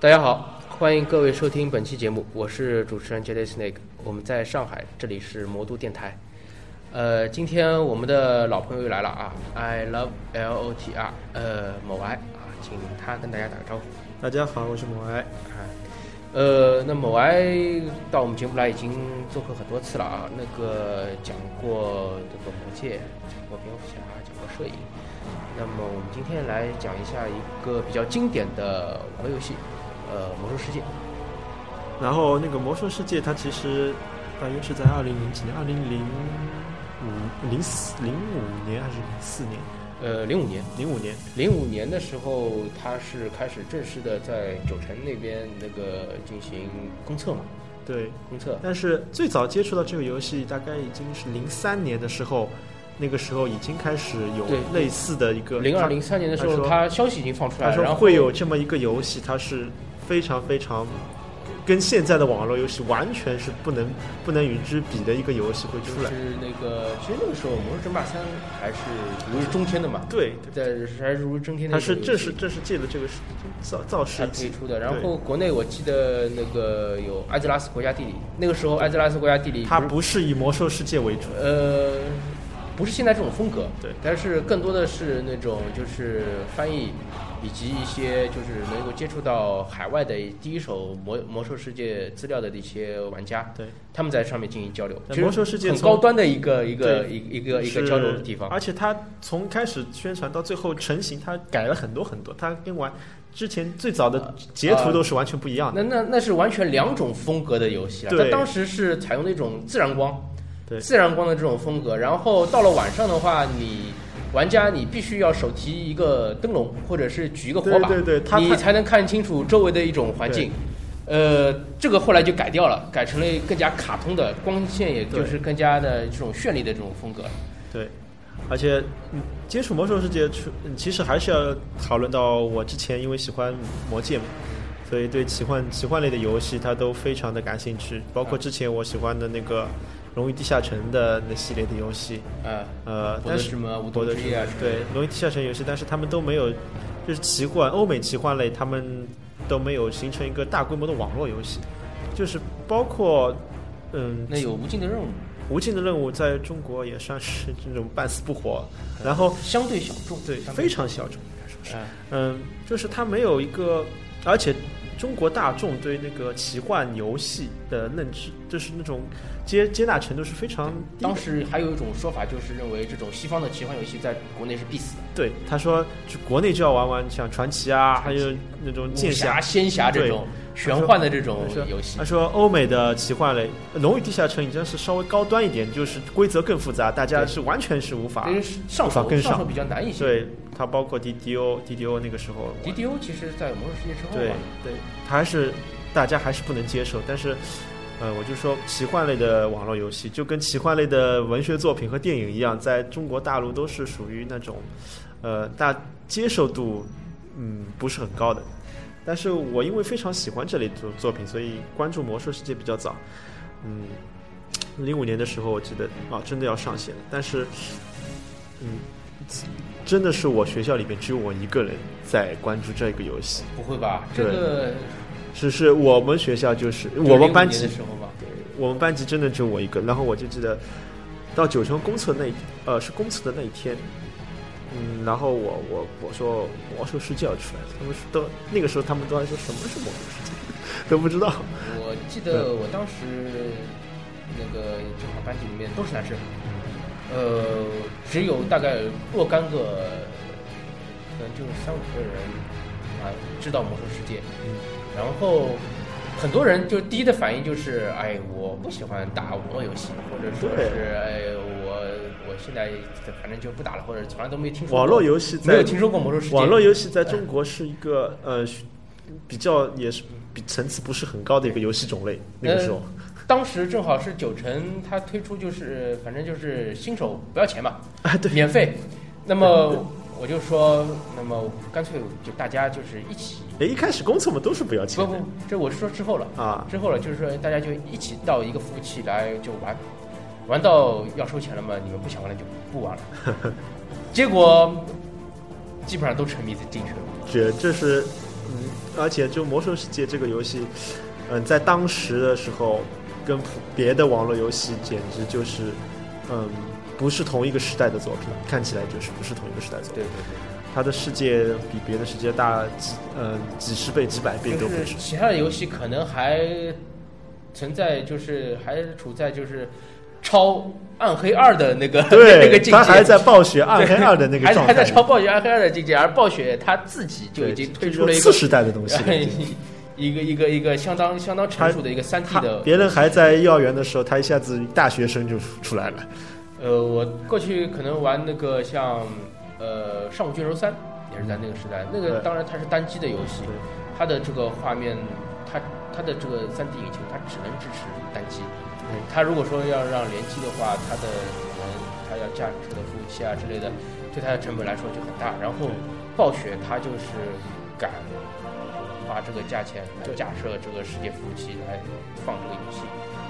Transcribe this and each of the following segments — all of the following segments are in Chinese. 大家好，欢迎各位收听本期节目，我是主持人 Jelly Snake，我们在上海，这里是魔都电台。呃，今天我们的老朋友又来了啊，I love L O T R，呃，某癌啊，请他跟大家打个招呼。大家好，我是某爱。啊，呃，那某癌到我们节目来已经做客很多次了啊，那个讲过这个魔戒，讲过蝙蝠侠，讲过摄影。那么我们今天来讲一下一个比较经典的网络游戏，呃，《魔兽世界》。然后那个《魔兽世界》，它其实大约是在二零零几年，二零零五、零四、零五年还是零四年？呃，零五年，零五年。零五年的时候，它是开始正式的在九城那边那个进行公测嘛，对。公测。但是最早接触到这个游戏，大概已经是零三年的时候，那个时候已经开始有对类似的一个。零二零三年的时他候，说它消息已经放出来他了，然说后会有这么一个游戏，它是非常非常跟现在的网络游戏完全是不能不能与之比的一个游戏会就出来是。那个，其实那个时候《魔兽争霸三》还是如日中天的嘛，对，在还是如日中天的它一个游是戏。正是正是借了这个时造造才世推纪出的，然后国内我记得那个有《艾泽拉斯国家地理》，那个时候《艾泽拉斯国家地理》它不是不是以魔兽世界为主，呃不是现在这种风格，对但是更多的是那种就是翻译以及一些就是能够接触到海外的第一手魔魔兽世界资料的一些玩家，对，他们在上面进行交流。那其实魔兽世界很从高端的一个一个对一个一个一个是交流的地方，而且它从开始宣传到最后成型，它改了很多很多，它跟玩之前最早的截图都是完全不一样的。那那那是完全两种风格的游戏了。它对当时是采用那种自然光，对自然光的这种风格。然后到了晚上的话，你玩家你必须要手提一个灯笼，或者是举一个火把，对对对它你它才能看清楚周围的一种环境。呃，这个后来就改掉了，改成了更加卡通的光线，也对就是更加的这种绚丽的这种风格。对，而且嗯接触魔兽世界，除嗯其实还是要讨论到我之前因为喜欢魔戒嘛。所以对奇幻奇幻类的游戏，它都非常的感兴趣，包括之前我喜欢的那个《荣誉地下城》的那系列的游戏，呃，呃，博但德是之门啊、无博头德之之夜啊门什么的对，《龙与地下城》游戏，但是他们都没有，就是奇幻欧美奇幻类，他们都没有形成一个大规模的网络游戏，就是包括嗯，那有无尽的任务，无尽的任务在中国也算是这种半死不活，然后相对小众，对相非常小众，应该说是嗯嗯，就是它没有一个，而且中国大众对那个奇幻游戏的认知，就是那种接接纳程度是非常低的当。时还有一种说法，就是认为这种西方的奇幻游戏在国内是必死的，对，他说就国内就要玩玩像传奇啊，还传奇有那种剑剑侠侠、。仙侠这种玄幻的这种他说哦游戏他。说欧美的奇幻类，《龙与地下城》已经是稍微高端一点，就是规则更复杂，大家对是完全是无法因。为上无法手跟上上手比较难一些。对，它包括 DDO、DDO 那个时候， ，DDO 其实在魔兽世界之后对吧，对，它还是大家还是不能接受。但是，呃，我就说奇幻类的网络游戏，就跟奇幻类的文学作品和电影一样，在中国大陆都是属于那种，呃，大接受度嗯不是很高的。但是我因为非常喜欢这类作作品，所以关注魔兽世界比较早。嗯，零五年的时候我记得啊，真的要上线了，但是，嗯。真的是我学校里面只有我一个人在关注这个游戏，不会吧？这对个是是我们学校就是我们班95年级的，时候吧，我们班级真的只有我一个。然后我就记得到九城公测那一呃是公测的那一天，嗯，然后我我我说魔兽世界要出来，他们说都那个时候他们都还说什么是魔兽世界，都不知道。我记得我当时那个正好班级里面都是男生，嗯呃，只有大概若干个，可能就三五个人啊知道魔兽世界。 嗯，然后很多人就第一的反应就是，哎，我不喜欢打网络游戏，或者说对是，哎，我我现在反正就不打了，或者从来都没听说过网络游戏没有在听说过魔兽世界，网络游戏在中国是一个呃比较也是比层次不是很高的一个游戏种类。那个时候，当时正好是九城，它推出就是反正就是新手不要钱嘛，啊 对呃免费。那么我就说，那么干脆就大家就是一起，哎，一开始公测嘛都是不要钱不不的，这我是说之后了。啊，之后了，就是说大家就一起到一个服务器来就玩，玩到要收钱了嘛，你们不想玩了就不玩了。 结果基本上都沉迷在进去了。这这是嗯，而且就《魔兽世界》这个游戏，嗯，在当时的时候，跟普别的网络游戏简直就是，嗯，不是同一个时代的作品，看起来就是不是同一个时代的作品。对对对，它的世界比别的世界大几，嗯，几十倍、几百倍都就不是止。其他的游戏可能还存在，就是还是处在就是超暗黑二的那个 那个对，境界，他还在暴雪暗黑二的那 个还状还态在里，超暴雪暗黑二的境界，而暴雪它自己就对已经这推这出了一次个哎时代的东西了已经。 一个一个一个相当相当成熟的一个三 D 他的。别人还在幼儿园的时候，他一下子大学生就出来了。呃，我过去可能玩那个像呃《上古卷轴三》，也是在那个时代。那个对当然它是单机的游戏，它的这个画面，它它的这个三 D 引擎，它只能支持单机。它如果说要让联机的话，它的可能它要架设的服务器啊之类的，对它的成本来说就很大。然哦后暴雪它就是敢花这个价钱来对架设这个世界服务器来放这个游戏，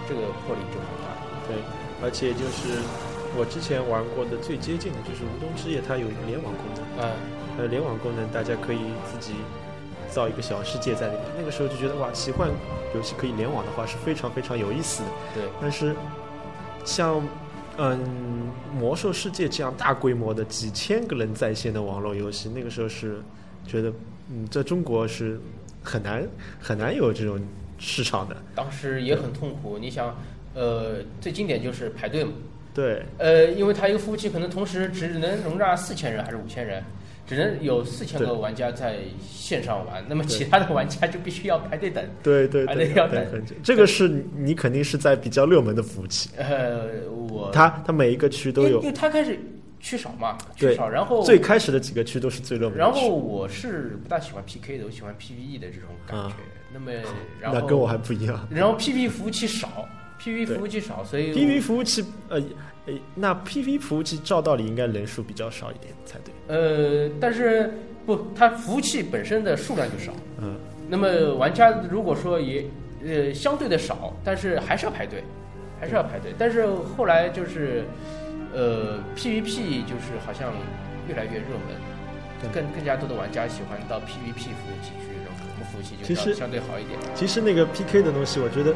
这个魄力就很大。对，而且就是我之前玩过的最接近的就是《无冬之夜》，它有一个联网功能。嗯，呃，联网功能大家可以自己造一个小世界在里面。那个时候就觉得哇，奇幻游戏可以联网的话是非常非常有意思的。对。但是像嗯《魔兽世界》这样大规模的几千个人在线的网络游戏，那个时候是觉得嗯，在中国是很难很难有这种市场的。当时也很痛苦。你想，呃，最经典就是排队嘛，对，呃，因为它一个服务器可能同时只能容纳四千人还是五千人，只能有四千个对玩家在线上玩，那么对其他的玩家就必须要排队等。对对还对得要对等很久这个是你肯定是在比较热门的服务器，呃，我它它每一个区都因为有因，为它开始缺少嘛，对缺少，然后最开始的几个区都是最热门的区。然后我是不大喜欢 PK 的，我喜欢 PVE 的这种感觉啊。那么然那跟我后还不一样然后 PVE 服务器少，PVE 服务器少，所以，PV 服务器呃呃，那 PV 服务器照道理应该人数比较少一点才对，呃，但是不，它服务器本身的数量就少。嗯，那么玩家如果说也呃相对的少，但是还是要排队，还是要排队。但是后来就是呃 PVP 就是好像越来越热门，对更更加多的玩家喜欢到 PVP 服务器去，然后我们服务器就其实相相对好一点。其实那个 PK 的东西，我觉得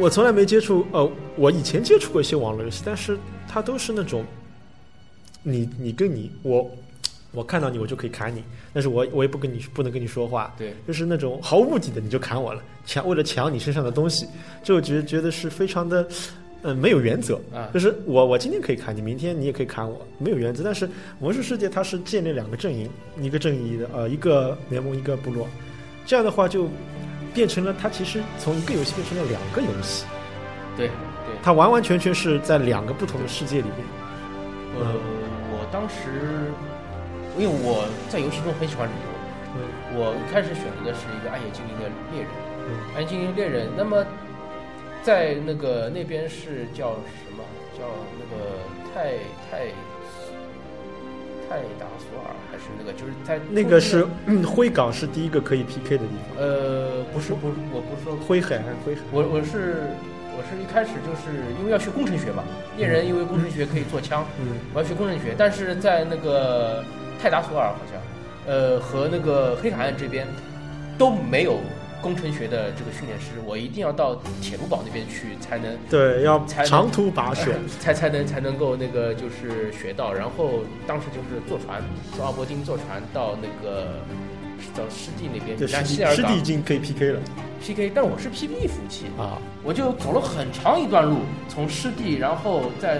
我从来没接触，呃，我以前接触过一些网络游戏，但是它都是那种你你跟你我我看到你我就可以砍你，但是我我也不跟你不能跟你说话，对，就是那种毫无目的的你就砍我了，抢为了抢你身上的东西，就觉觉得是非常的，嗯，没有原则。啊，就是我我今天可以砍你，明天你也可以砍我，没有原则。但是魔兽世界它是建立两个阵营，一个阵营的呃一个联盟一个部落，这样的话就变成了它其实从一个游戏变成了两个游戏，对对。它完完全全是在两个不同的世界里面。嗯呃，我当时因为我在游戏中很喜欢旅游，嗯我一开始选择的是一个暗夜精灵的猎人。嗯，安静猎人，那么在那个那边是叫什么？叫那个泰泰泰达索尔还是那个？就是在那个是嗯灰港是第一个可以 PK 的地方，呃，不是不是，我不是说灰海岸灰海。我我是我是一开始就是因为要学工程学嘛，猎人因为工程学可以做枪，嗯，我要学工程学，但是在那个泰达索尔好像，呃，和那个黑海岸这边都没有工程学的这个训练师，我一定要到铁路堡那边去才能对，要才能长途 跋涉。才才能才能够那个就是学到。然后当时就是坐船，从奥伯丁坐船到那个到湿地那边，对，南湿希地尔湿地已港经可以 PK 了 PK，但我是 PVE 服务器，啊。我就走了很长一段路，从湿地，然后再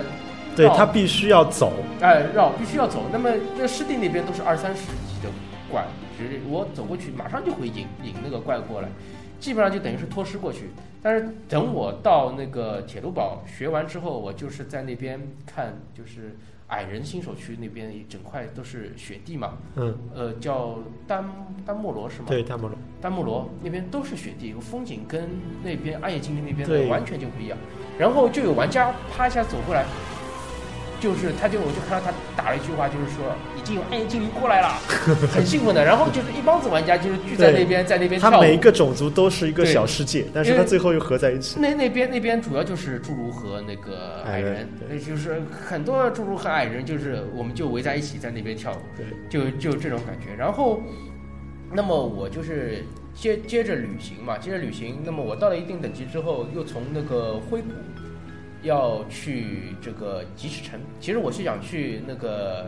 对，到它必须要走。哎，绕必须要走。那么这湿地那边都是二三十级的怪，只是我走过去马上就会引引那个怪过来，基本上就等于是脱尸过去。但是等我到那个铁路堡学完之后，我就是在那边看，就是矮人新手区那边一整块都是雪地嘛，嗯，呃，叫丹丹莫罗是吗？对，，他们丹莫罗那边都是雪地，风景跟那边暗夜精灵那边对的完全就不一样。然后就有玩家啪一下走过来，就是他就我就看到他打了一句话，就是说已经有暗夜精灵过来了，很兴奋的。然后就是一帮子玩家就是聚在那边，在那边它跳每一舞。个种族都是一个对小世界，但是因它为最后又合在一起。那那边那边主要就是侏儒和那个矮矮人人，对那就是很多侏儒和矮人，就是我们就围在一起在那边跳舞。对，就就这种感觉。然后那么我就是接接着旅行嘛，接着旅行。那么我到了一定等级之后，又从那个灰谷要去这个吉齿城。其实我是想去那个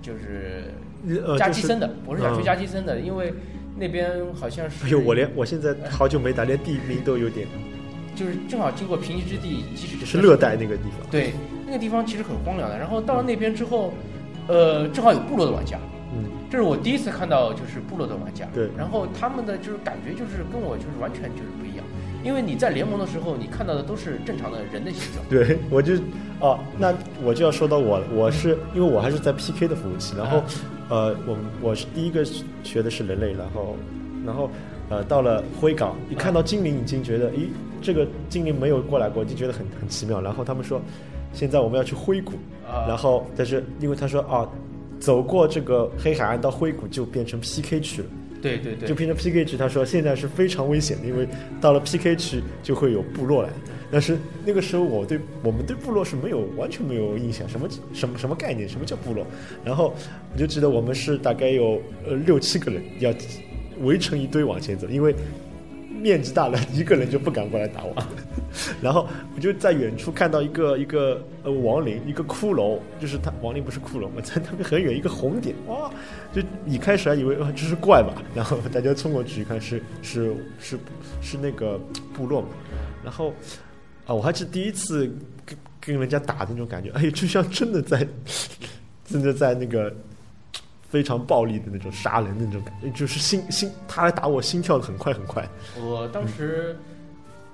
就是呃，加就基是森的，我是想去嗯加基森的，因为那边好像是哎呦，我连我现在好久没打，连地名都有点，就是正好经过平移之地吉齿城，是热带那嗯个地方。对，那个地方其实很荒凉的。然后到了那边之后，呃，正好有部落的玩家，嗯，这是我第一次看到就是部落的玩家。对然后他们的就是感觉就是跟我就是完全就是不一样，因为你在联盟的时候，你看到的都是正常的人的形状。 对，我就哦，那我就要说到我了。我是因为我还是在 PK 的服务器，然后啊呃，我们我是第一个学的是人类，然后然后呃，到了灰港，一看到精灵已经觉得，咦，这个精灵没有过来过，就觉得很很奇妙。然后他们说，现在我们要去灰谷，啊然后但是因为他说啊，走过这个黑海岸到灰谷就变成 PK 区了。呃对对就对，变成 PK 区，他说现在是非常危险的，因为到了 PK 区就会有部落来。但是那个时候我对我们对部落是没有完全没有印象，什么什么什么概念，什么叫部落？然后我就记得我们是大概有呃六七个人要围成一堆往前走，因为面积大了，一个人就不敢过来打我。 然后我就在远处看到一个一个呃亡灵，一个骷髅，就是他亡灵不是骷髅，我在那边很远一个红点，哇！就你开始还以为啊这是怪吧，然后大家冲过去一看是 是是是那个部落嘛，然后啊我还是第一次跟跟人家打的那种感觉，哎呦，就像真的在 真的在那个。非常暴力的那种杀人的那种感觉，就是心心他来打我，心跳的很快很快。我当时，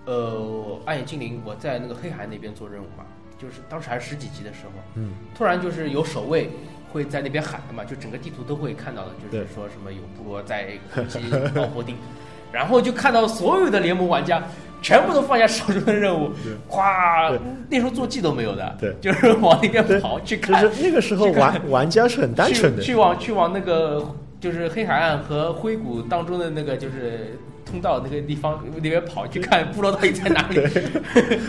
呃，暗夜精灵，我在那个黑海那边做任务嘛，就是当时还是十几级的时候，嗯，突然就是有守卫会在那边喊的嘛，就整个地图都会看到的，就是说什么有部落在攻击奥伯丁， 然后就看到所有的联盟玩家全部都放下手中的任务 对，咵对，那时候坐骑都没有的，对就是往那边对跑去就看，是那个时候去看玩玩家是很单纯的去，去往去往那个就是黑海岸和灰谷当中的那个就是通道那个地方那边跑去看部落到底在哪里。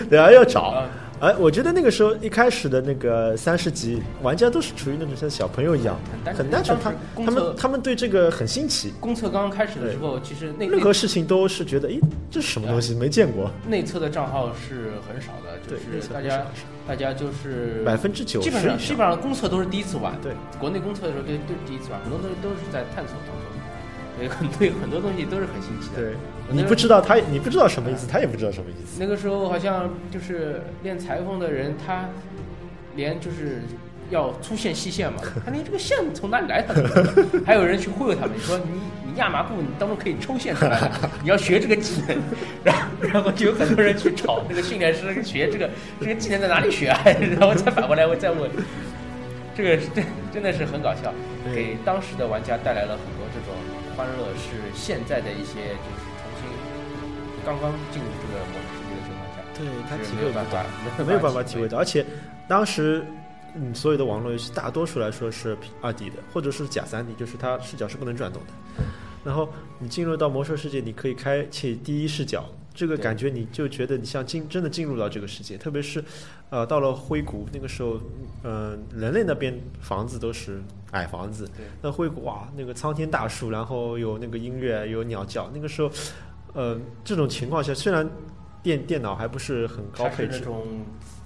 对啊，要找。啊，哎，我觉得那个时候一开始的那个三十级，玩家都是处于那种像小朋友一样，很单纯很单纯。当他时他公们测他们对这个很新奇，公测刚刚开始的时候，其实内任何事情都是觉得，诶，这是什么东西？没见过。内内测的账号是很少的，就对，那是次大很家少大家就是百分之九嗯十基以本上基上。本上公测都是第一次玩，对，国内公测的时候都都是第一次玩，很多东西都是在探索当中，所以很对很多东西都是很新奇的。对，我那你个不知道他，你不知道什么意思，他也不知道什么意思。那个时候好像就是练裁缝的人，他连就是要粗线细线嘛，他连这个线从哪里来他都不知道。还有人去忽悠他们，说你你压麻布，你当中可以抽线出来的，你要学这个技能。然后然后就有很多人去找那个训练师学这个这个技能在哪里学 啊，然后再反过来我再问。这个是真 真的是很搞笑，对给当时的玩家带来了很多这种欢乐，是现在的一些就是重新刚刚进入这个模式世界的这种玩家。对是没有办法， 没有办法体会。到，而且当时嗯，所有的网络游戏大多数来说是二 D 的，或者是假三 D，就是它视角是不能转动的对。然后你进入到魔兽世界，你可以开启第一视角，这个对感觉你就觉得你像进真的进入到这个世界，特别是呃到了灰谷那个时候，嗯、人类那边房子都是矮房子，对那灰谷哇那个苍天大树，然后有那个音乐，有鸟叫，那个时候。呃，这种情况下，虽然电电脑还不是很高它配是那置，种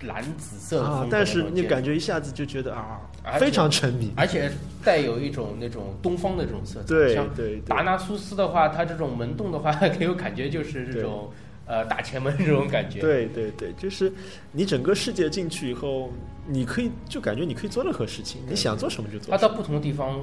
蓝紫色啊的，，但是你感，觉一下子就觉得啊而，且非常沉迷。而且带有一种那种东方的这种色彩。对像对达对，纳苏斯的话，它这种门洞的话， 给我感觉就是这种呃大前门这种感觉。对对对，就是你整个世界进去以后，你可以就感觉你可以做任何事情，对你想做什么就做它什到么。不同的地方，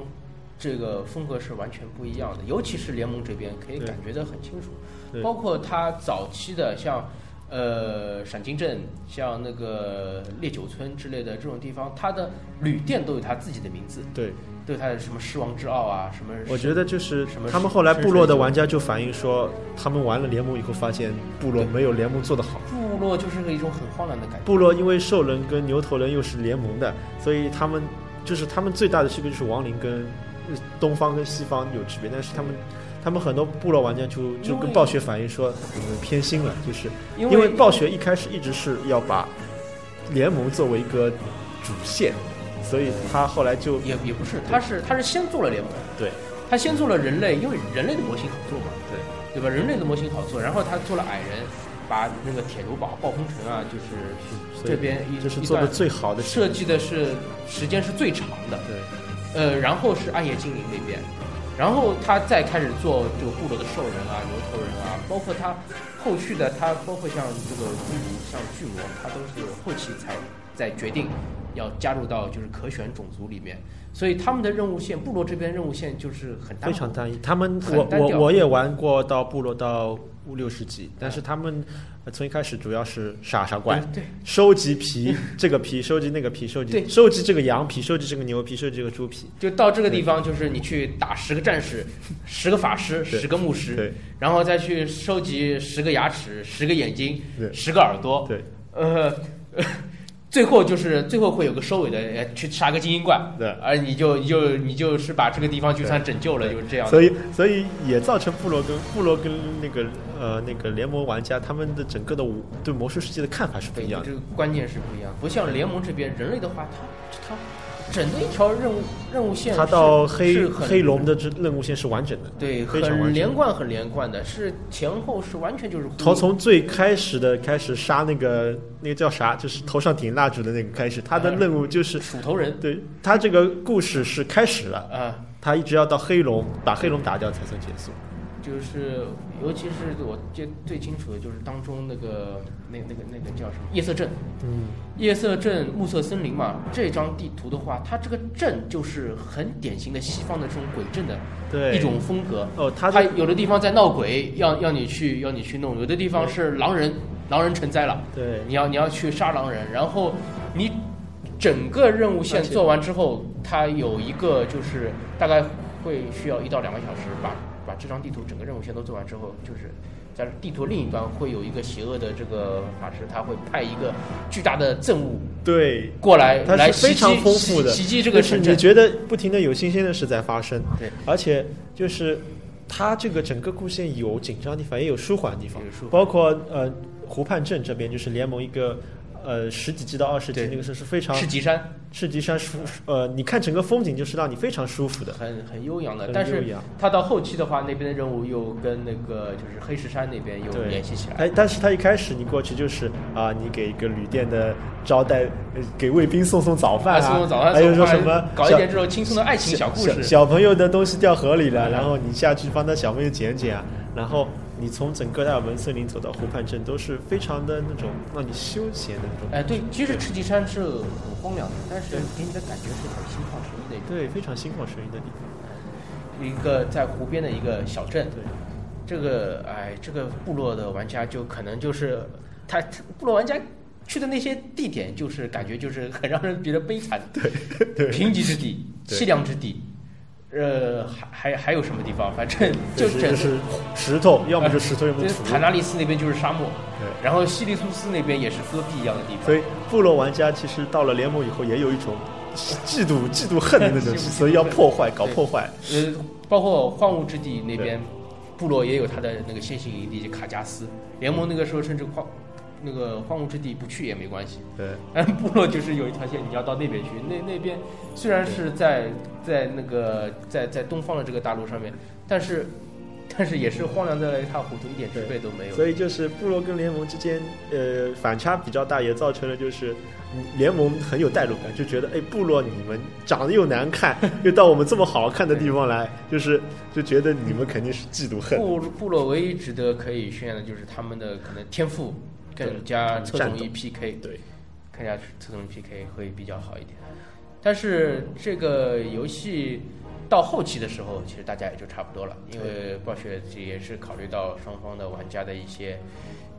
这个风格是完全不一样的，尤其是联盟这边可以对感觉得很清楚对，包括它早期的像。呃，闪金镇像那个烈酒村之类的这种地方，它的旅店都有它自己的名字，对，对它的什么狮王之傲啊，什么我觉得就是什么他们后来部落的玩家就反映说，他们玩了联盟以后发现部落对没有联盟做得好。部落就是一种很荒凉的感觉。部落因为兽人跟牛头人又是联盟的，所以他们就是他们最大的区别就是亡灵跟呃东方跟西方有区别，但是他们他们很多部落玩家就就因跟为暴雪反映说我们偏心了，就是因因为为暴雪一开始一直是要把联盟作为一个主线，所以他后来就也也不是，他是他是先做了联盟，对他先做了人类，因为人类的模型好做嘛，对，对吧？人类的模型好做，然后他做了矮人，把那个铁路堡、暴风城啊，就是所以这边一这是一做的段最好的设计的是时间是最长的，对，呃，然后是暗夜精灵那边，然后他再开始做这个部落的兽人啊、牛头人啊，包括他后续的他，包括像这个巨魔、像巨魔，他都是后期才在决定要加入到就是可选种族里面，所以他们的任务线，部落这边任务线就是很大，非常单一。他们很我单我调我也玩过到部落到五六十级，但是他们呃从一开始主要是傻傻怪，对收集皮这个皮，收集那个皮，收集对收集这个羊皮，收集这个牛皮，收集这个猪皮。就到这个地方，就是你去打十个战士、十个法师、对十个牧师，对然后再去收集十个牙齿、十个眼睛对、十个耳朵，对呃， 最后就是最后会有个收尾的，呃去杀个精英怪，对，而你就你就你就是把这个地方就算拯救了，就是这样。所以所以也造成部落跟部落跟那个呃那个联盟玩家他们的整个的武对魔兽世界的看法是不对，一样的这。个观念是不一样，不像联盟这边人类的话，他他整个一条任务任务线是，他到黑是很黑龙的这任务线是完整的，对非常很完连整。贯很连贯的，是前后是完全就是呼应从从最开始的开始杀那个那个叫啥，就是头上顶蜡烛的那个开始，他的任务就是，鼠头人对他这个故事是开始了，啊。他一直要到黑龙把黑龙打掉才算结束。就是，尤其是我记得最清楚的就是当中那个那那个那个叫什么夜色镇，嗯，夜色镇暮色森林嘛，这张地图的话，它这个镇就是很典型的西方的这种鬼镇的对，一种风格。哦，他它的有的地方在闹鬼，要要你去要你去弄；有的地方是狼人，狼人成灾了，对你要你要去杀狼人。然后你整个任务线而且做完之后，它有一个就是大概会需要一到两个小时把把这张地图整个任务线都做完之后，就是在地图另一端会有一个邪恶的这个法师，他会派一个巨大的憎恶对，过来它来是非袭常击丰富的，袭击这个就是城你镇。觉得不停的有新鲜的事在发生，对，而且就是它这个整个故事线有紧张的地方，也有舒缓的地方有舒，缓包括呃湖畔镇这边就是联盟一个呃十几级到二十级对那个是是非常是吉山，赤级山舒呃，你看整个风景就是让你非常舒服的，很很悠扬的，很但悠是扬。他到后期的话，那边的任务又跟那个就是黑石山那边又对联系起来。哎，但是他一开始你过去就是啊、你给一个旅店的招待，呃给卫兵送送早饭啊，送早饭，还有送说饭什么搞一小点这种轻松的爱情小故事。小朋友的东西掉河里了，嗯然后你下去帮他小朋友捡捡啊，然后你从整个达尔文森林走到湖畔镇，都是非常的那种让你休闲的那种。哎，对，其实赤骥山是很荒凉的，但是给你的感觉是很心旷神怡的一种对，非常心旷神怡的地方。一个在湖边的一个小镇。对，这个哎，这个部落的玩家就可能就是他他部落玩家去的那些地点，就是感觉就是很让人觉得悲惨，对贫瘠之地、对凄凉之地，呃，还还还有什么地方？反正就就是整就个是石头，要么就石头，要么就就是土。塔纳利斯那边就是沙漠，对，然后西利苏斯那边也是戈壁一样的地方。所以部落玩家其实到了联盟以后，也有一种嫉妒、嫉妒恨的那种，嫉妒所以要破坏，搞对破坏。呃，包括荒芜之地那边，部落也有他的那个先行营地，就卡加斯。联盟那个时候甚至荒那个荒芜之地不去也没关系， 对，但是部落就是有一条线，你要到那边去。那那边虽然是在在那个在在东方的这个大陆上面，但是但是也是荒凉的一塌糊涂，一点植被都没有。所以就是部落跟联盟之间，呃，反差比较大，也造成了就是嗯联盟很有代入感，就觉得哎，部落你们长得又难看，又到我们这么好看的地方来，就是就觉得你们肯定是嫉妒恨。部部落唯一值得可以炫耀的就是他们的可能天赋更加侧重于 PK。对，看下去自动 PK 会比较好一点。但是这个游戏到后期的时候，其实大家也就差不多了，因为暴雪也是考虑到双方的玩家的一些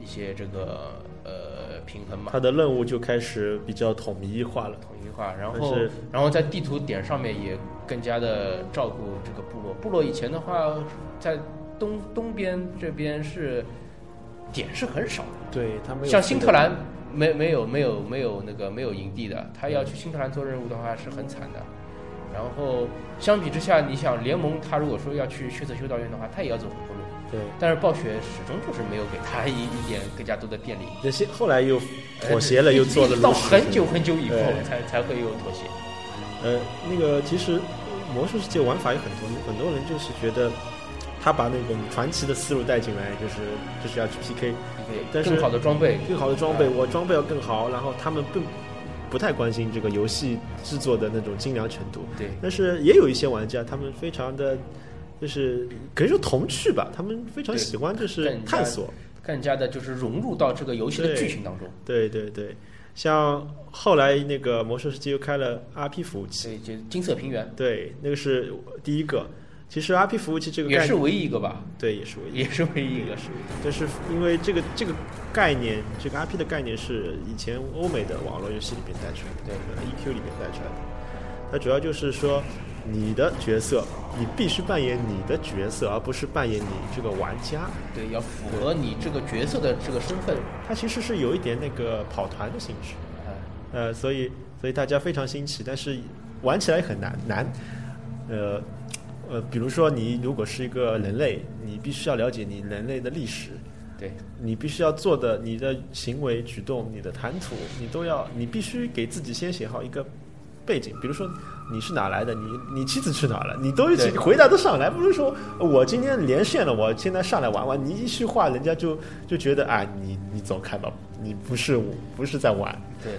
一些这个呃平衡嘛他，的任务就开始比较统一化了。统一化，然但后是然后在地图点上面也更加的照顾这个部落。部落以前的话，在东东边这边是点是很少的。对他们有像新特兰没没有没有没有那个没有营地的，他要去新特兰做任务的话是很惨的。然后相比之下，你想联盟他如果说要去血色修道院的话，他也要走回坡路，对，但是暴雪始终就是没有给他一一点更加多的便利，那些后来又妥协了，又做了一直到炉石很久很久以后对才才会有妥协。呃，那个其实魔兽世界玩法有很多，很多人就是觉得他把那种传奇的思路带进来，就是就是要去 PK 但是更好的装备，更好的装备，我装备要更好，然后他们并不太关心这个游戏制作的那种精良程度。对，但是也有一些玩家，他们非常的，就是可以说童趣吧，他们非常喜欢就是更加探索。更加的就是融入到这个游戏的剧情当中。对对对，像后来那个魔兽世界又开了 RP 服务器，所以就金色平原对，那个是第一个。其实 RP 服务器这个也概是念，唯一一个吧，对， 也是唯一。也是唯一一个。就是因为这个这个概念，这个 IP 的概念是以前欧美的网络游戏里面带出来的，对呃，EQ 里面带出来的。它主要就是说，你的角色，你必须扮演你的角色，而不是扮演你这个玩家。对，要符合你这个角色的这个身份。它其实是有一点那个跑团的性质，啊，呃，所以所以大家非常新奇，但是玩起来也很难难，呃。呃，比如说你如果是一个人类，你必须要了解你人类的历史，对，你必须要做的，你的行为举动、你的谈吐，你都要，你必须给自己先写好一个背景。比如说你是哪来的，你你妻子去哪了，你都一起对回答得上来，不是说哦我今天连线了，我现在上来玩玩，你一句话人家就就觉得啊，你你走开吧，你不是我不是在玩，对，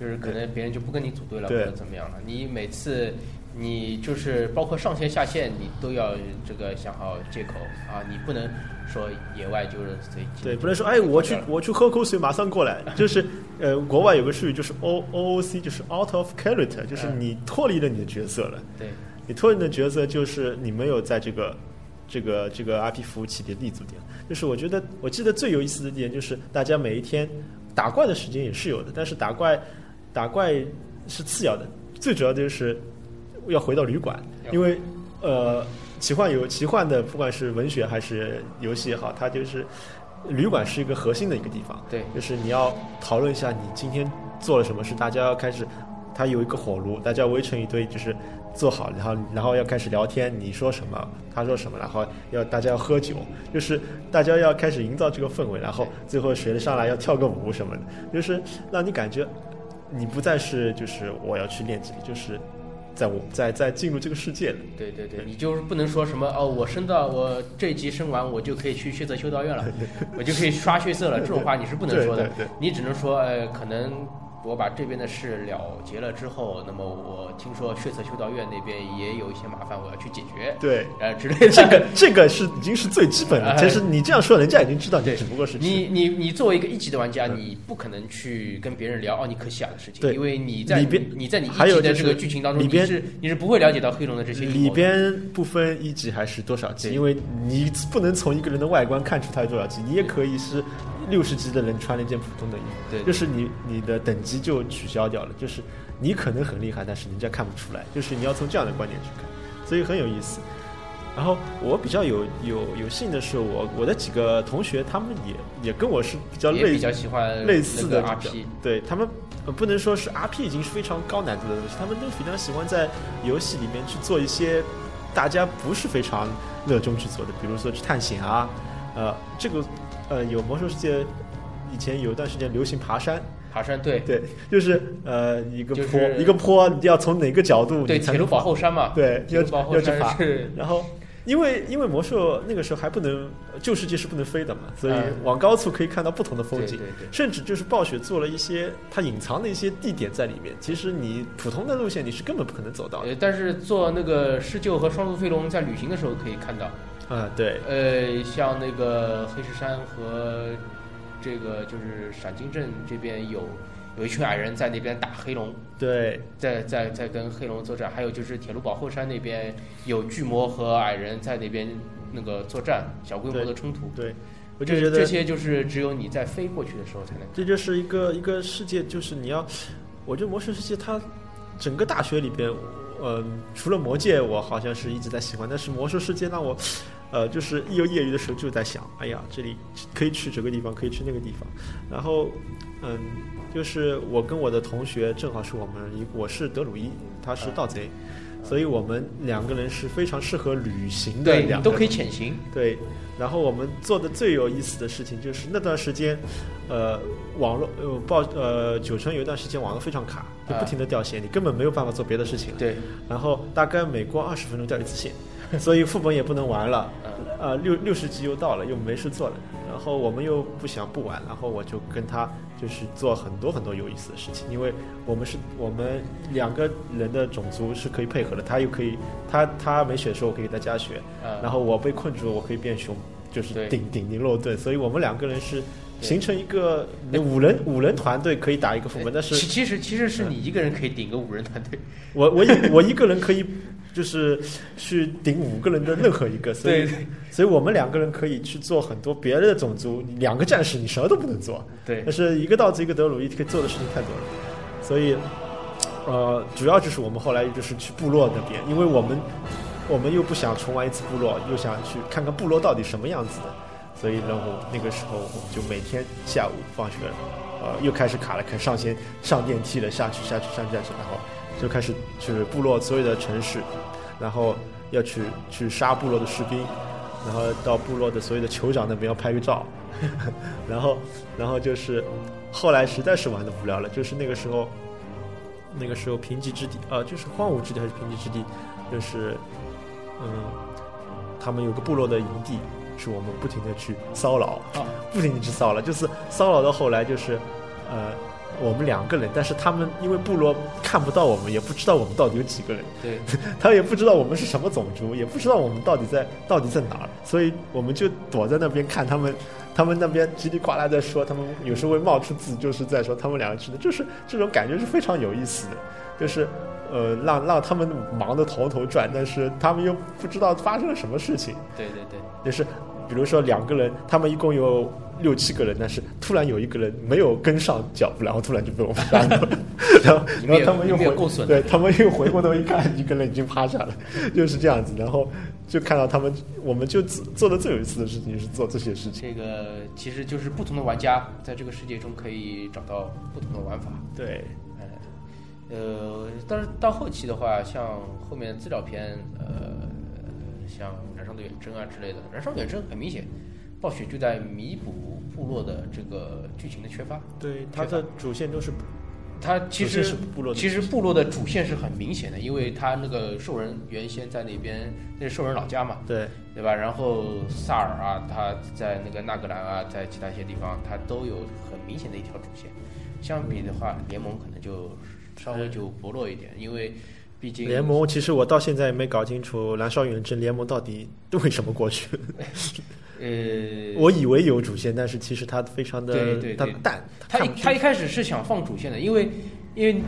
就是可能别人就不跟你组队了，或对者怎么样了。你每次你就是包括上线下线，你都要这个想好借口啊，你不能说野外就是随机。对，不能说哎，我去我去喝口水，马上过来。就是呃，国外有个术语就是 O O O C，就是 out of character，就是嗯你脱离了你的角色了。对你托人的角色就是你没有在这个这个这个 RP 服务器里立足点。就是我觉得我记得最有意思的点就是大家每一天打怪的时间也是有的，但是打怪打怪是次要的，最主要的就是要回到旅馆，因为呃奇幻有奇幻的，不管是文学还是游戏也好，它就是旅馆是一个核心的一个地方。对就是你要讨论一下你今天做了什么事，大家要开始，他有一个火炉，大家围成一堆，就是做好，然后然后要开始聊天，你说什么，他说什么，然后要大家要喝酒，就是大家要开始营造这个氛围，然后最后谁上来要跳个舞什么的，就是让你感觉你不再是就是我要去练级，就是在我在在进入这个世界了。对对对，对你就是不能说什么哦，我升到我这一级升完，我就可以去血色修道 院了，我就可以刷血色了，这种话你是不能说的对对对，你只能说呃，可能我把这边的事了结了之后，那么我听说血色修道院那边也有一些麻烦，我要去解决，对， 呃之类这的。个这个是已经是最基本了。其实你这样说，人家已经知道你哎对只不过是去你你你作为一个一级的玩家，你不可能去跟别人聊哦，你可西亚的事情，对因为你在里边你在你还一有级的就这是个剧情当中，里你边是你是不会了解到黑龙的这些阴谋里的边不分一级还是多少级，对因为你不能从一个人的外观看出他有多少级，你也可以是六十级的人穿了一件普通的衣服，对对就是你你的等级就取消掉了，就是你可能很厉害，但是人家看不出来，就是你要从这样的观点去看，所以很有意思。然后我比较有有有幸的是我，我的几个同学他们也也跟我是比较也类比较喜欢类似的呃那个这种 RP，对他们呃不能说是 RP 已经是非常高难度的东西，他们都非常喜欢在游戏里面去做一些大家不是非常热衷去做的，比如说去探险啊，呃，这个呃有魔兽世界以前有一段时间流行爬山，爬山对对，就是呃一个就坡、是一个坡，你要从哪个角度对你才铁能路保后山嘛，对铁要路保后要去山爬，是然后。因为因为魔兽那个时候还不能旧世界是不能飞的嘛，所以嗯往高处可以看到不同的风景对。对对甚至就是暴雪做了一些它隐藏的一些地点在里面，其实你普通的路线你是根本不可能走到的。呃，但是做那个狮鹫和双足飞龙在旅行的时候可以看到，啊、对，呃，像那个黑石山和这个就是闪金镇这边有有一群矮人在那边打黑龙，对，在在在跟黑龙作战，还有就是铁路保后山那边有巨魔和矮人在那边那个作战，小规模的冲突，对，我我就觉得这些就是只有你在飞过去的时候才能这就是一个一个世界，就是你要，我觉得魔兽世界它整个大学里边，呃，除了魔界我好像是一直在喜欢，但是魔兽世界让我，呃，就是一有业余的时候就在想，哎呀，这里可以去这个地方，可以去那个地方，然后，嗯，就是我跟我的同学正好是我们一，我是德鲁伊，他是盗贼，所以我们两个人是非常适合旅行的对，两你都个人可以潜行，对，然后我们做的最有意思的事情就是那段时间，呃，网络呃报呃九城有一段时间网络非常卡，就不停的掉线，你根本没有办法做别的事情了。对，然后大概每过二十分钟掉一次线，所以副本也不能玩了。嗯，呃，六六十级又到了，又没事做了，然后我们又不想不玩，然后我就跟他就是做很多很多有意思的事情，因为我们是我们两个人的种族是可以配合的，他又可以他他没血的时候我可以给他加血，嗯然后我被困住，我可以变熊，就是对顶顶您肉盾，所以我们两个人是对形成一个五人五人团队可以打一个副本，但其是嗯其实其实是你一个人可以顶个五人团队，我我一我一个人可以就是去顶五个人的任何一个，所以对对所以我们两个人可以去做很多别的种族，两个战士你什么都不能做，对但是一个道子一个德鲁伊可以做的事情太多了，所以呃，主要就是我们后来就是去部落那边，因为我们我们又不想重玩一次部落，又想去看看部落到底什么样子的，所以然后那个时候我们就每天下午放学了，呃，又开始卡了，开始上线上电梯了，下去下去上去下去，然后就开始去部落所有的城市，然后要去去杀部落的士兵，然后到部落的所有的酋长那边要拍个照，然后然后就是后来实在是玩的无聊了，就是那个时候。那个时候贫瘠之地，呃，就是荒芜之地还是贫瘠之地，就是，嗯，他们有个部落的营地，是我们不停的去骚扰，啊不停的去骚扰，就是骚扰到后来就是，呃，我们两个人，但是他们因为部落看不到我们，也不知道我们到底有几个人，对，他也不知道我们是什么种族，也不知道我们到底在到底在哪儿，所以我们就躲在那边看他们，他们那边叽里呱啦在说，他们有时候会冒出字，就是在说他们两个之间，就是这种感觉是非常有意思的，就是呃让让他们忙得头头转，但是他们又不知道发生了什么事情，对对对，就是比如说两个人，他们一共有六七个人，但是突然有一个人没有跟上脚步，然后突然就被我们杀 掉了，然后你们然也后他们又你们也回够损的对他们又回过头一看，一个人已经趴下了， 就是这样子，然后就看到他们，我们就做做的最有意思的事情是做这些事这情，个其实就是不同的玩家在这个世界中可以找到不同的玩法。对，呃，但是到后期的话，像后面资料片，呃，像《燃烧的远征》啊之类的，《燃烧的远征》很明显，暴雪就在弥补部落的这个剧情的缺乏。对，它的主线都是它其首先实是部落的其实部落的主线是很明显的，因为他那个兽人原先在那边，那是兽人老家嘛，对对吧？然后萨尔啊，他在那个纳格兰啊，在其他一些地方，他都有很明显的一条主线。相比的话，联盟可能就稍微就薄弱一点，因为毕竟联盟，其实我到现在也没搞清楚《燃烧远征》联盟到底为什么过去，呃，我以为有主线，但是其实它非常的对对它对淡，他看一不出他一开始是想放主线的，因为因为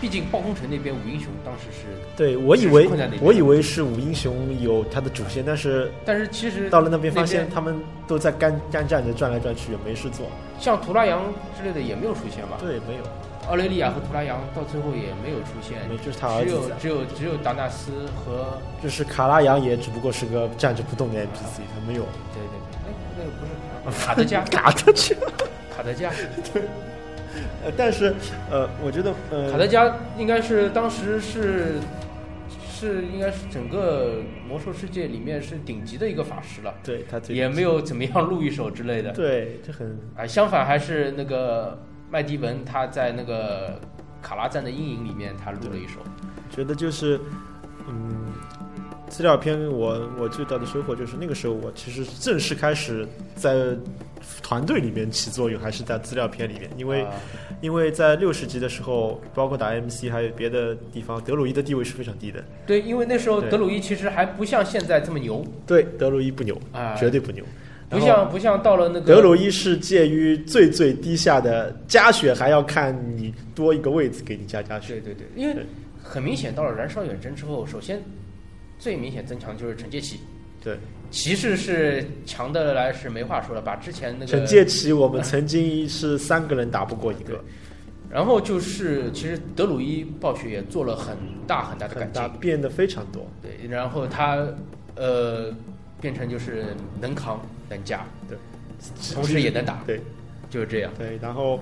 毕竟暴风城那边五英雄当时是，对，我以是为困在那边我以为是五英雄有他的主线，但是但是其实到了那边发那现边啊他们都在干干站着转来转去，也没事做。像图拉扬之类的也没有出现吧？对，没有，奥雷利亚和图拉扬到最后也没有出现，没就是他儿哎只子有在，只有只有达纳斯和就是卡拉扬也只不过是个站着不动的 NPC，他 没有对对对，哎那那个不 是卡德加嘎他去。卡德加呃但是呃，我觉得卡呃德，加应该是当时是是应该是整个魔兽世界里面是顶级的一个法师了，对他最也没有怎么样露一手之类的。对，这很啊，相反还是那个麦迪文他在那个卡拉赞的阴影里面他露了一手。觉得就是，嗯，资料片我我最大的收获就是那个时候我其实正式开始在团队里面起作用，还是在资料片里面，因为、啊因为在六十级的时候，包括打 MC 还有别的地方，德鲁伊的地位是非常低的。对，因为那时候对德鲁伊其实还不像现在这么牛对，德鲁伊不牛，啊，绝对不牛。不然后像不像到了那个德鲁伊是介于最最低下的加血，还要看你多一个位置给你加加血。对对对，因为对很明显，到了燃烧远征之后，首先最明显增强就是惩戒骑，对，骑士是强的来是没话说了，把之前那个惩戒骑我们曾经是三个人打不过一 个，然后就是其实德鲁伊暴雪也做了很大很大的改很大进，变得非常多。对，然后他呃变成就是能扛能夹，同时也能打，对就是这样。对，然后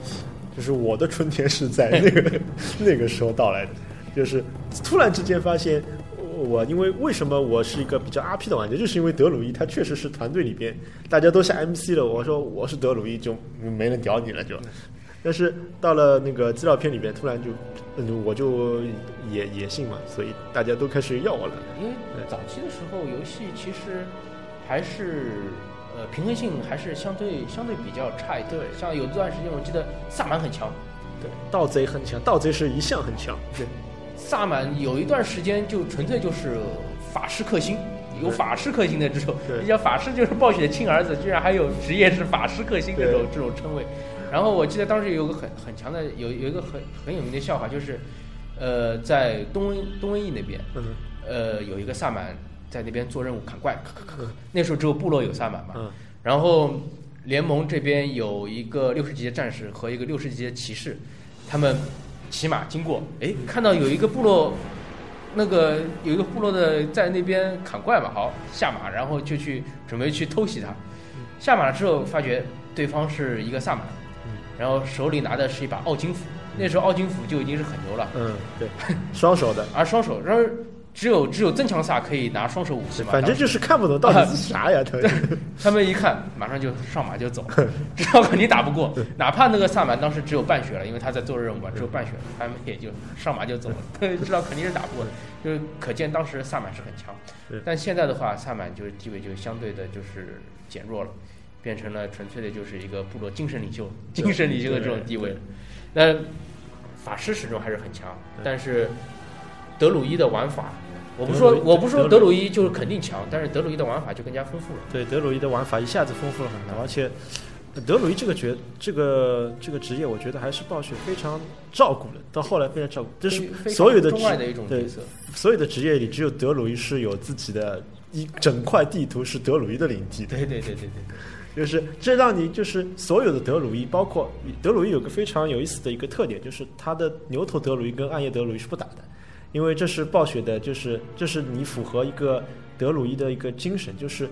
就是我的春天是在那个那个时候到来的，就是突然之间发现，我因为为什么我是一个比较 RP 的玩家，就是因为德鲁伊他确实是团队里边大家都下 MC 了，我说我是德鲁伊就没人屌你了就。但是到了那个资料片里边，突然就，嗯，我就也也信嘛，所以大家都开始要我了。因为呃早期的时候，游戏其实还是呃平衡性还是相对相对比较差一点。对像有段时间我记得萨满很强，对，盗贼很强，盗贼是一向很强。对，萨满有一段时间就纯粹就是法师克星，有对法师克星的这种，对 人家法师就是暴雪亲儿子，居然还有职业是法师克星这种对这种称谓。然后我记得当时有个很很强的有有一个很很有名的笑话，就是呃在东瘟东瘟疫那边，嗯呃有一个萨满在那边做任务砍怪，咔咔咔咔那时候只有部落有萨满嘛，嗯然后联盟这边有一个六十级的战士和一个六十级的骑士，他们骑马经过，哎，看到有一个部落，那个有一个部落的在那边砍怪嘛，好下马，然后就去准备去偷袭他。下马了之后，发觉对方是一个萨满，然后手里拿的是一把奥金斧，那时候奥金斧就已经是很牛了，嗯，对，双手的，而双手，然后只有只有增强萨可以拿双手武器嘛，反正就是看不懂到底是啥 呀，他们。他们一看，马上就上马就 走，知道肯定打不过。哪怕那个萨满当时只有半血了，因为他在做任务嘛，只有半血，他们也就上马就走了， 知道肯定是打不过的。就是可见当时萨满是很强对，但现在的话，萨满就是地位就相对的就是减弱了，变成了纯粹的就是一个部落精神领袖、对精神领袖的这种地位了。那法师始终还是很强，对但是德鲁伊的玩法。我不德说鲁，伊我不说德德鲁鲁伊就是肯定强，但是德鲁伊的玩法就更加丰富了。对，德鲁伊的玩法一下子丰富了很多，而且德鲁伊这个角这个这个职业，我觉得还是暴雪非常照顾的，到后来非常照顾，这是非常所有的钟职爱的一种角对色，所有的职业里，只有德鲁伊是有自己的一整块地图是德鲁伊的领地的，对对对对对就是这让你就是所有的德鲁伊，包括德鲁伊有个非常有意思的一个特点，就是它的牛头德鲁伊跟暗夜德鲁伊是不打的，因为这是暴雪的，就是这是你符合一个德鲁伊的一个精神，就是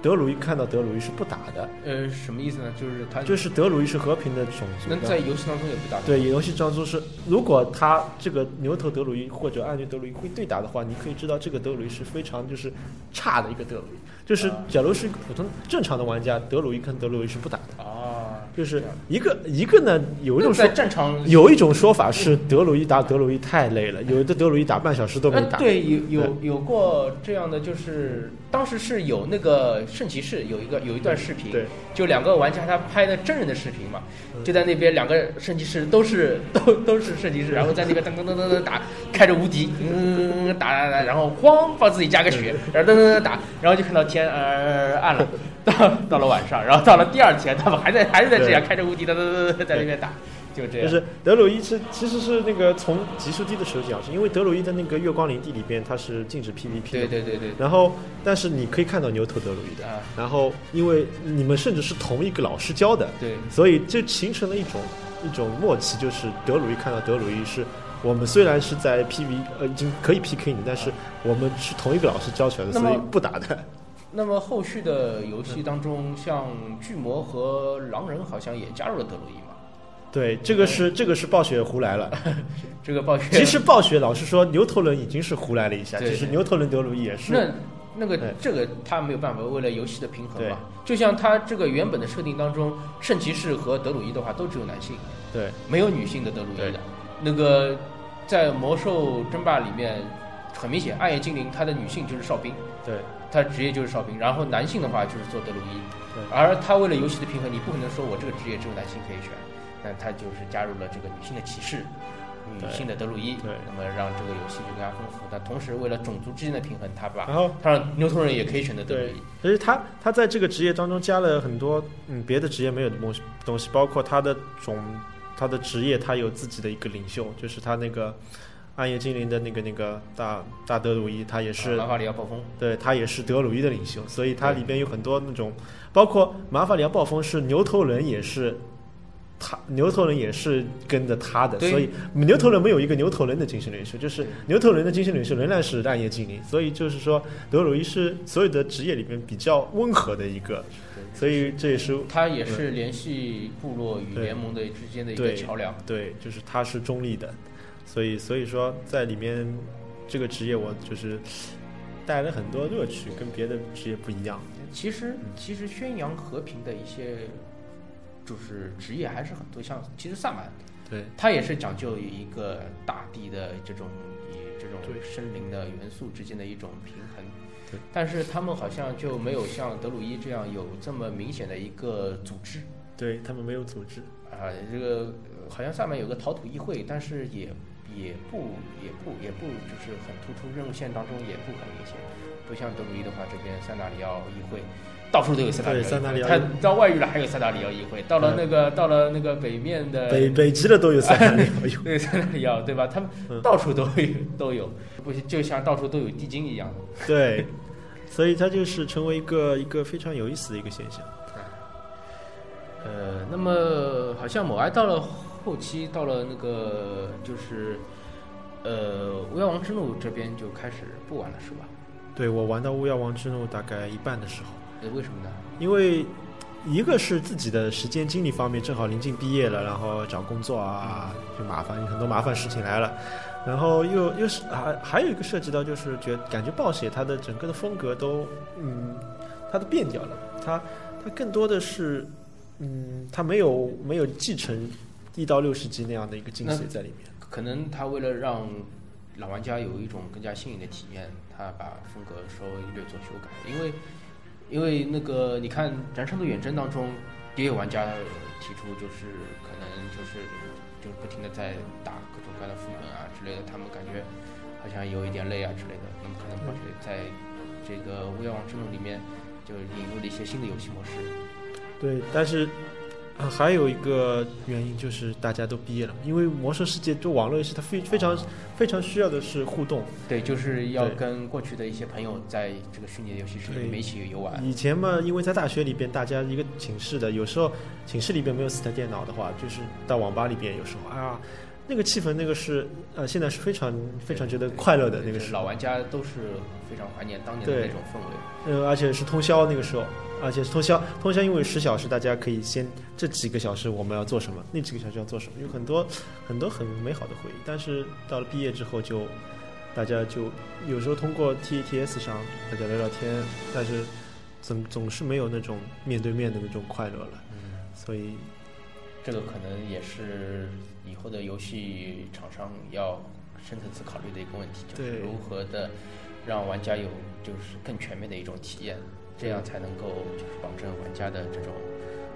德鲁伊看到德鲁伊是不打的。对，呃，什么意思呢？就是他就是德鲁伊是和平的种族那的，在游戏当中也不打，对，游戏当中是，如果他这个牛头德鲁伊或者暗牛德鲁伊会对打的话，你可以知道这个德鲁伊是非常就是差的一个德鲁伊，就是啊假如是一个普通正常的玩家，德鲁伊跟德鲁伊是不打的，啊，就是这样一个一个呢，有一种那说在战场有一种说法是德鲁伊打德鲁伊太累了，有的德鲁伊打半小时都没呃打，对有有有过这样的，就是当时是有那个圣骑士有一个有一段视频，对就两个玩家他拍的真人的视频嘛，嗯就在那边两个圣骑士都是 都都是圣骑士，然后在那边噔噔噔噔噔打，开着无敌，嗯打打打，然后咣帮自己加个血，然后噔噔噔打，然后就看到天呃暗了， 到到了晚上，然后到了第二天他们还在还是在这样开着无敌噔噔噔噔在那边打，就这就样，是德鲁伊是其实是那个从极速低的时候讲，是因为德鲁伊的那个月光领地里边它是禁止 PVP 的，对对对对然后，但是你可以看到牛头德鲁伊的。啊然后，因为你们甚至是同一个老师教的，对。所以就形成了一种一种默契，就是德鲁伊看到德鲁伊是，我们虽然是在 PV 呃已经可以 PK 你，但是我们是同一个老师教出来的，那么所以不打的。那么后续的游戏当中，像巨魔和狼人好像也加入了德鲁伊嘛？ 对，这个是这个是暴雪胡来 了。这个暴雪其实暴雪老实说，牛头人已经是胡来了一下，对只是牛头人德鲁伊也是。那那个对这个他没有办法，为了游戏的平衡对嘛。就像他这个原本的设定当中，圣骑士和德鲁伊的话都只有男性，对，没有女性的德鲁伊对的。那个在魔兽争霸里面，很明显，暗夜精灵他的女性就是哨兵，对，他职业就是哨兵，然后男性的话就是做德鲁伊对，而他为了游戏的平衡，你不可能说我这个职业只有男性可以选，那他就是加入了这个女性的骑士，女对性的德鲁伊，对那么让这个游戏就更加丰富。但同时为了种族之间的平衡，他把然后他让牛头人也可以选择德鲁对伊，，而且他他在这个职业当中加了很多嗯别的职业没有的东西东西，包括他的种他的职业，他有自己的一个领袖，就是他那个暗夜精灵的那个那个大大德鲁伊，他也是、啊马法里奥暴风，对他也是德鲁伊的领袖，所以它对里边有很多那种，包括马法里亚暴风是牛头人也是。他牛头人也是跟着他的，对所以牛头人没有一个牛头人的精神领袖，就是对牛头人的精神领袖仍然是暗夜精灵，所以就是说德鲁伊是所有的职业里面比较温和的一个，所以这也是他也是联系部落与对联盟的之间的一个对桥梁。对，就是他是中立的，所以所以说在里面这个职业我就是带来了很多乐趣，跟别的职业不一样。其实其实宣扬和平的一些就是职业还是很多，像其实萨满对，它也是讲究一个大地的这种以这种对森林的元素之间的一种平衡对。但是他们好像就没有像德鲁伊这样有这么明显的一个组织对他们没有组织，啊、这个呃好像萨满有个陶土议会，但是也也不也不也不就是很突出，任务线当中也不很明显。不像德鲁伊的话，这边塞纳里奥议会到处都有塞纳里奥议会，对塞纳里奥嗯他到外域了还有塞纳里奥议会，到了那个到了那个北面的北北极的都有三大鸟 有对，在那里要对吧？他们嗯到处都有、都有，不行，就像到处都有地精一样。对，所以它就是成为一个一个非常有意思的一个现象。呃，那么好像某爱到了后期，到了那个就是呃巫妖王之怒这边就开始不玩了，是吧？对我玩到巫妖王之怒大概一半的时候，呃，为什么呢？因为一个是自己的时间精力方面正好临近毕业了，然后找工作啊就麻烦，有很多麻烦事情来了。然后又又是还还有一个涉及到就是觉感觉暴雪它的整个的风格都嗯，它都变掉了，它它更多的是嗯，它没有没有继承一到六十级那样的一个精髓在里面。可能他为了让老玩家有一种更加新颖的体验，他把风格稍微略作修改，因为因为那个你看《燃烧的远征》当中，也有玩家提出就是可能就是就是不停的在打各种各样的副本啊之类的，他们感觉好像有一点累啊之类的，那么可能暴雪在这个《巫妖王之路》里面就引入了一些新的游戏模式，对，但是、呃还有一个原因就是大家都毕业了，因为魔兽世界就网络游戏它非非常非常需要的是互动。对，就是要对跟过去的一些朋友在这个虚拟的游戏室里对面一起游玩。以前嘛，因为在大学里边，大家一个寝室的，有时候寝室里边没有四台电脑的话，就是到网吧里边，有时候啊，那个气氛，那个是呃，现在是非常非常觉得快乐的那个就是时老候，玩家都是非常怀念当年的那对种氛围。呃，而且是通宵那个时候，而且是通宵，通宵因为十小时，大家可以先这几个小时我们要做什么，那几个小时要做什么，有很多很多很美好的回忆。但是到了毕业之后就，大家就有时候通过 T T S 上大家聊聊天，但是总总是没有那种面对面的那种快乐了。嗯，所以这个可能也是以后的游戏厂商要深层次考虑的一个问题，就是对如何的让玩家有就是更全面的一种体验，这样才能够就是保证玩家的这种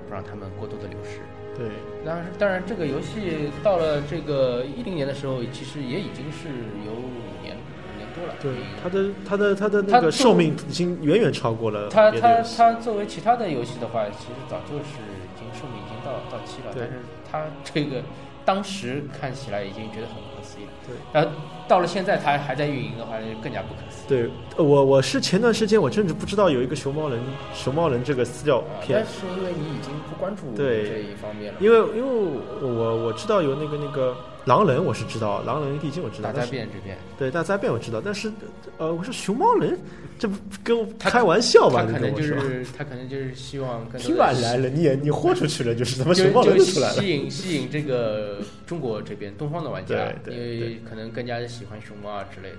不让他们过多的流失。对当然，当然，这个游戏到了这个一零年的时候，其实也已经是有五年五年多了。对已经，它的它的它的它那作个寿命已经远远超过了它别的它游戏。它作为其他的游戏的话，其实早就是已经寿命已经到到期了，对但是它这个当时看起来已经觉得很不可思议了。对，然后到了现在它还在运营的话，就更加不可思议。对，呃我我是前段时间我甚至不知道有一个熊猫人熊猫人这个私教啊片但，是因为你已经不关注对这一方面了，因为因为我我知道有那个那个狼人我是知道，狼人地精我知道打，但灾是变这边，对大灾变我知道，但是呃我说熊猫人这不跟我他开玩笑吧？他你可跟能我就说，是他可能就是希望更听多的吧你来了，你也你豁出去了，就是怎么就熊猫人就就出来了？吸引吸引这个中国这边东方的玩家，对对因为可能更加喜欢熊猫啊之类的。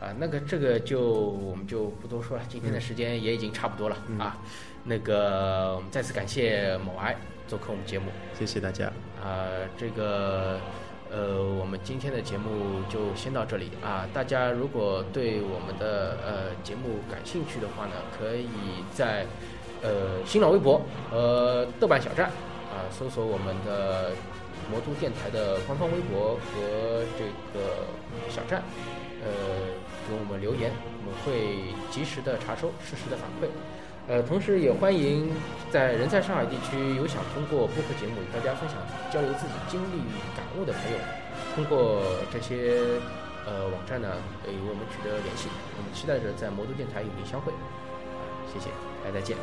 啊，那个这个就我们就不多说了，今天的时间也已经差不多了、嗯啊。那个我们再次感谢某爱做客我们节目谢谢大家，啊，这个。呃，我们今天的节目就先到这里啊！大家如果对我们的呃节目感兴趣的话呢，可以在呃新浪微博和豆瓣小站啊、搜索我们的魔都电台的官方微博和这个小站，呃，给我们留言，我们会及时的查收，适时的反馈。呃，同时也欢迎在人在上海地区有想通过播客节目与大家分享交流自己经历与感悟的朋友，通过这些呃网站呢，啊呃与我们取得联系。我们期待着在魔都电台与您相会。谢谢，大家再见。